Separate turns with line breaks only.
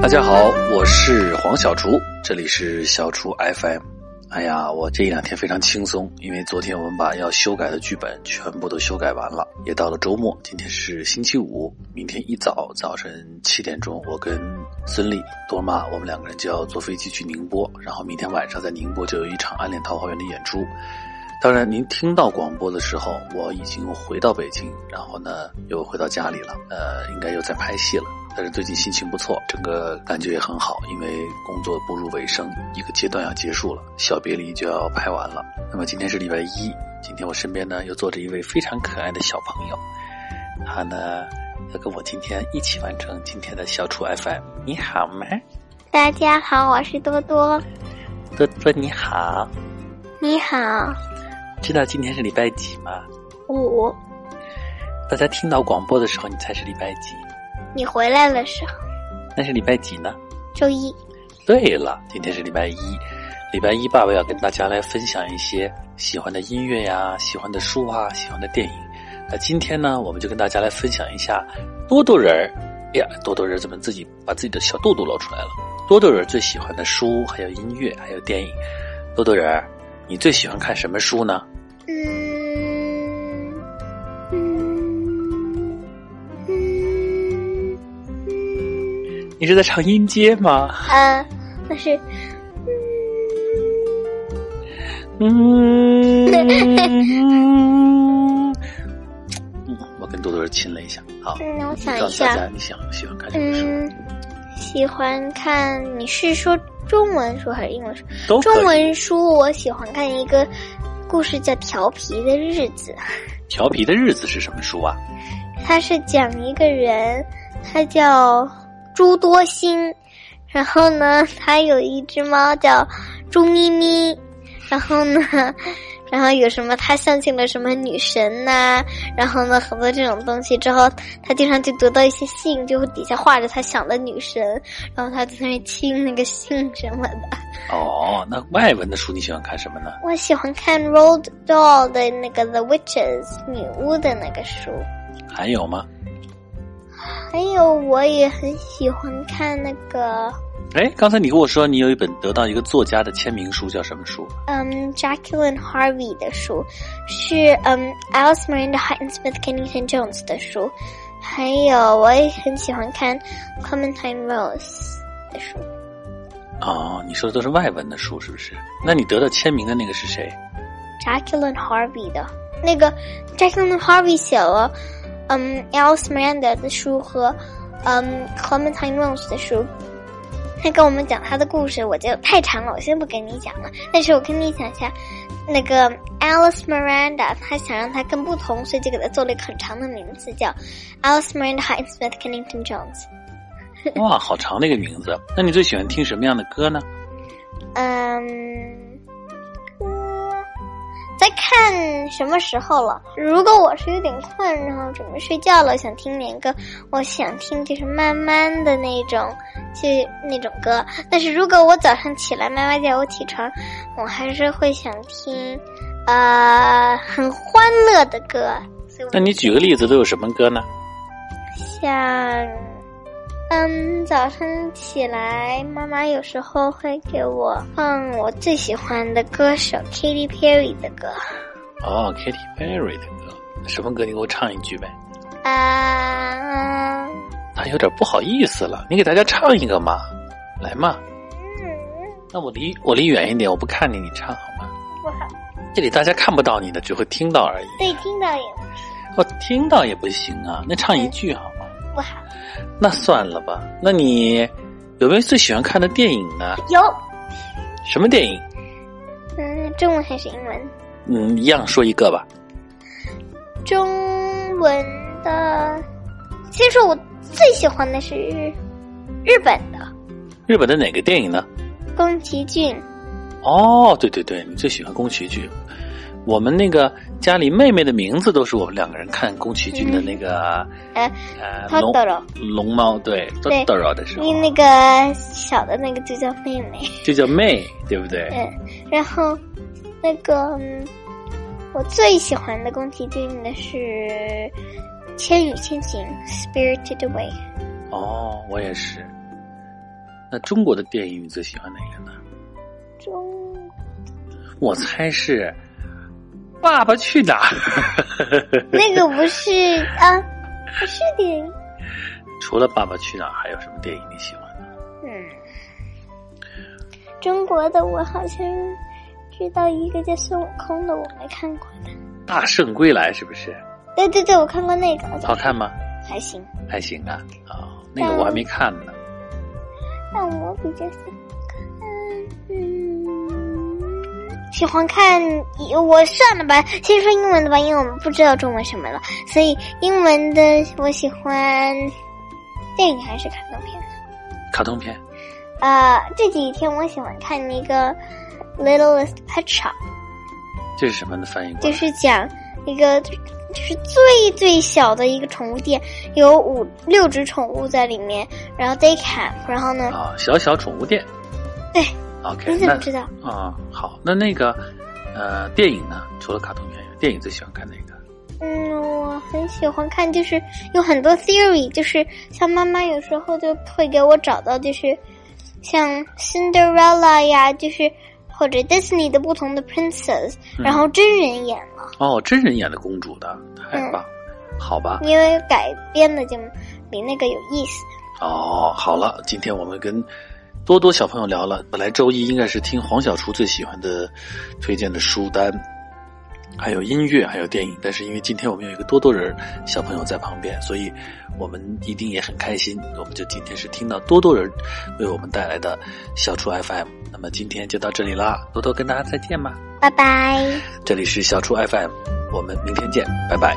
大家好，我是黄小厨，这里是小厨 FM。哎呀，我这一两天非常轻松，因为昨天我们把要修改的剧本全部都修改完了，也到了周末。今天是星期五，明天一早早晨七点钟，我跟孙俪、多妈，我们两个人就要坐飞机去宁波，然后明天晚上在宁波就有一场《暗恋桃花源》的演出。当然，您听到广播的时候，我已经回到北京，然后呢又回到家里了，呃，应该又在拍戏了。但是最近心情不错，整个感觉也很好，因为工作步入尾声，一个阶段要结束了，小别离就要拍完了。那么今天是礼拜一，今天我身边呢又坐着一位非常可爱的小朋友，他呢要跟我今天一起完成今天的小厨 FM。你好吗？
大家好，我是多多。
多多你好，
你好，
知道今天是礼拜几吗？
五，
大家听到广播的时候，你猜是礼拜几？
你回来的时候，
那是礼拜几呢？
周一，
对了，今天是礼拜一，礼拜一爸爸要跟大家来分享一些喜欢的音乐呀、喜欢的书啊、喜欢的电影。那今天呢，我们就跟大家来分享一下多多人儿。哎呀，多多人儿怎么自己把自己的小肚肚露出来了？多多人儿最喜欢的书，还有音乐，还有电影。多多人儿，你最喜欢看什么书呢？
嗯嗯嗯嗯，
你是在唱音阶吗？
呃，那是
嗯，嗯我跟多多人亲了一下。好，
嗯，我想
告
一
诉大
下，
家你想喜欢看什么书。
嗯，喜欢看你是说中文书还是英文书？
都可以
中文书我喜欢看一个故事叫《调皮的日子》。
调皮的日子是什么书啊？
他是讲一个人，他叫诸多星，然后呢，他有一只猫叫猪咪咪，然后呢， 然后有什么他相信了什么女神呐、然后呢，很多这种东西之后，他经常就得到一些信，就会底下画着他想的女神，然后他在那亲那个信什么的。
哦，那外文的书你喜欢看什么呢？
我喜欢看 Roald Dahl 的那个《The Witches》女巫的那个书。
还有吗？
还有，我也很喜欢看那个，
哎，刚才你跟我说你有一本得到一个作家的签名书，叫什么书？
嗯，Jacqueline Harvey 的书，是嗯 Alice Miranda Houghton Smith Kennington Jones 的书，还有我也很喜欢看 Clementine Rose 的书，
哦，你说的都是外文的书是不是？那你得到签名的那个是 谁？
Jacqueline Harvey 的那个 Jacqueline Harvey 写了嗯 Alice Miranda 的书和嗯 Clementine Rose 的书。他跟我们讲他的故事，我就太长了，我先不跟你讲了。但是我跟你讲一下，那个 Alice Miranda，他想让他更不同，所以就给他做了一个很长的名字，叫 Alice Miranda h i g h Smith Kennington Jones。
哇，好长的一个名字。啊那你最喜欢听什么样的歌呢？
嗯，在看什么时候了？如果我是有点困，然后准备睡觉了，想听点歌，我想听就是慢慢的那种，就是那种歌。但是如果我早上起来，妈妈叫我起床，我还是会想听，呃，很欢乐的歌。所以
那
我
你举个例子都有什么歌呢？
像，嗯，早上起来，妈妈有时候会给我放我最喜欢的歌手 Katy Perry 的歌。
哦，Katy Perry 的歌，什么歌？你给我唱一句呗。
啊、
那有点不好意思了，你给大家唱一个嘛，来嘛。
嗯，
那我离我离远一点，我不看你，你唱好吗？
不好，
这里大家看不到你的，只会听到而已。
对，听到也
我听到也不行啊，那唱一句好吗？
不好。
那算了吧。那你有没有最喜欢看的电影呢？
有，
什么电影？
嗯，中文还是英文？
嗯，一样说一个吧。
中文的，先说我最喜欢的是日日本的
日本的哪个电影呢？
宫崎骏。
哦，对对对，你最喜欢宫崎骏。我们那个家里妹妹的名字都是我们两个人看宫崎骏的那个、
嗯
呃龙
Totoro，
龙猫对
对
Totoro 的时候
你，那个小的那个就叫妹妹。
就叫妹，对不对？
嗯，然后那个、嗯、我最喜欢的宫崎骏的是《千与千寻》（Spirited Away）。
哦，我也是。那中国的电影你最喜欢哪个呢？
中
我猜是《爸爸去哪儿》
那个不是啊，不是电影。
除了《爸爸去哪儿》，还有什么电影你喜欢的？
嗯，中国的我好像知道一个叫孙悟空的，我没看过的。
《大圣归来》是不是？
对对对，我看过那个，
好看吗？
还行。
还行啊，哦，那个我还没看呢。
但我比较喜欢看，嗯，喜欢看我算了吧，先说英文的吧，因为我们不知道中文什么了，所以英文的我喜欢电影还是卡通片。
卡通片
呃，这几天我喜欢看那个《Littlest Pet Shop》，
这是什么的翻译过
就
来？
是讲一个就是最最小的一个宠物店，有五六只宠物在里面，然后 day camp，然后呢，
啊，小小宠物店。
对
，OK，
你怎
那
么知道？
啊、好，那那个呃，电影呢？除了卡通片，电影最喜欢看哪个？
嗯，我很喜欢看，就是有很多 theory，就是像妈妈有时候就会给我找到，就是像 Cinderella 呀，就是或者 Disney 的不同的 princess，
嗯
然后真人演了，
哦，真人演的公主的，太
嗯
棒了，好吧？
因为改编的就比那个有意思。
哦，好了，今天我们跟多多小朋友聊了，本来周一应该是听黄小厨最喜欢的推荐的书单，还有音乐，还有电影，但是因为今天我们有一个多多人儿小朋友在旁边，所以我们一定也很开心。我们就今天是听到多多人为我们带来的小厨 FM，那么今天就到这里啦，多多跟大家再见吧。
拜拜。
这里是小厨 FM，我们明天见，拜拜。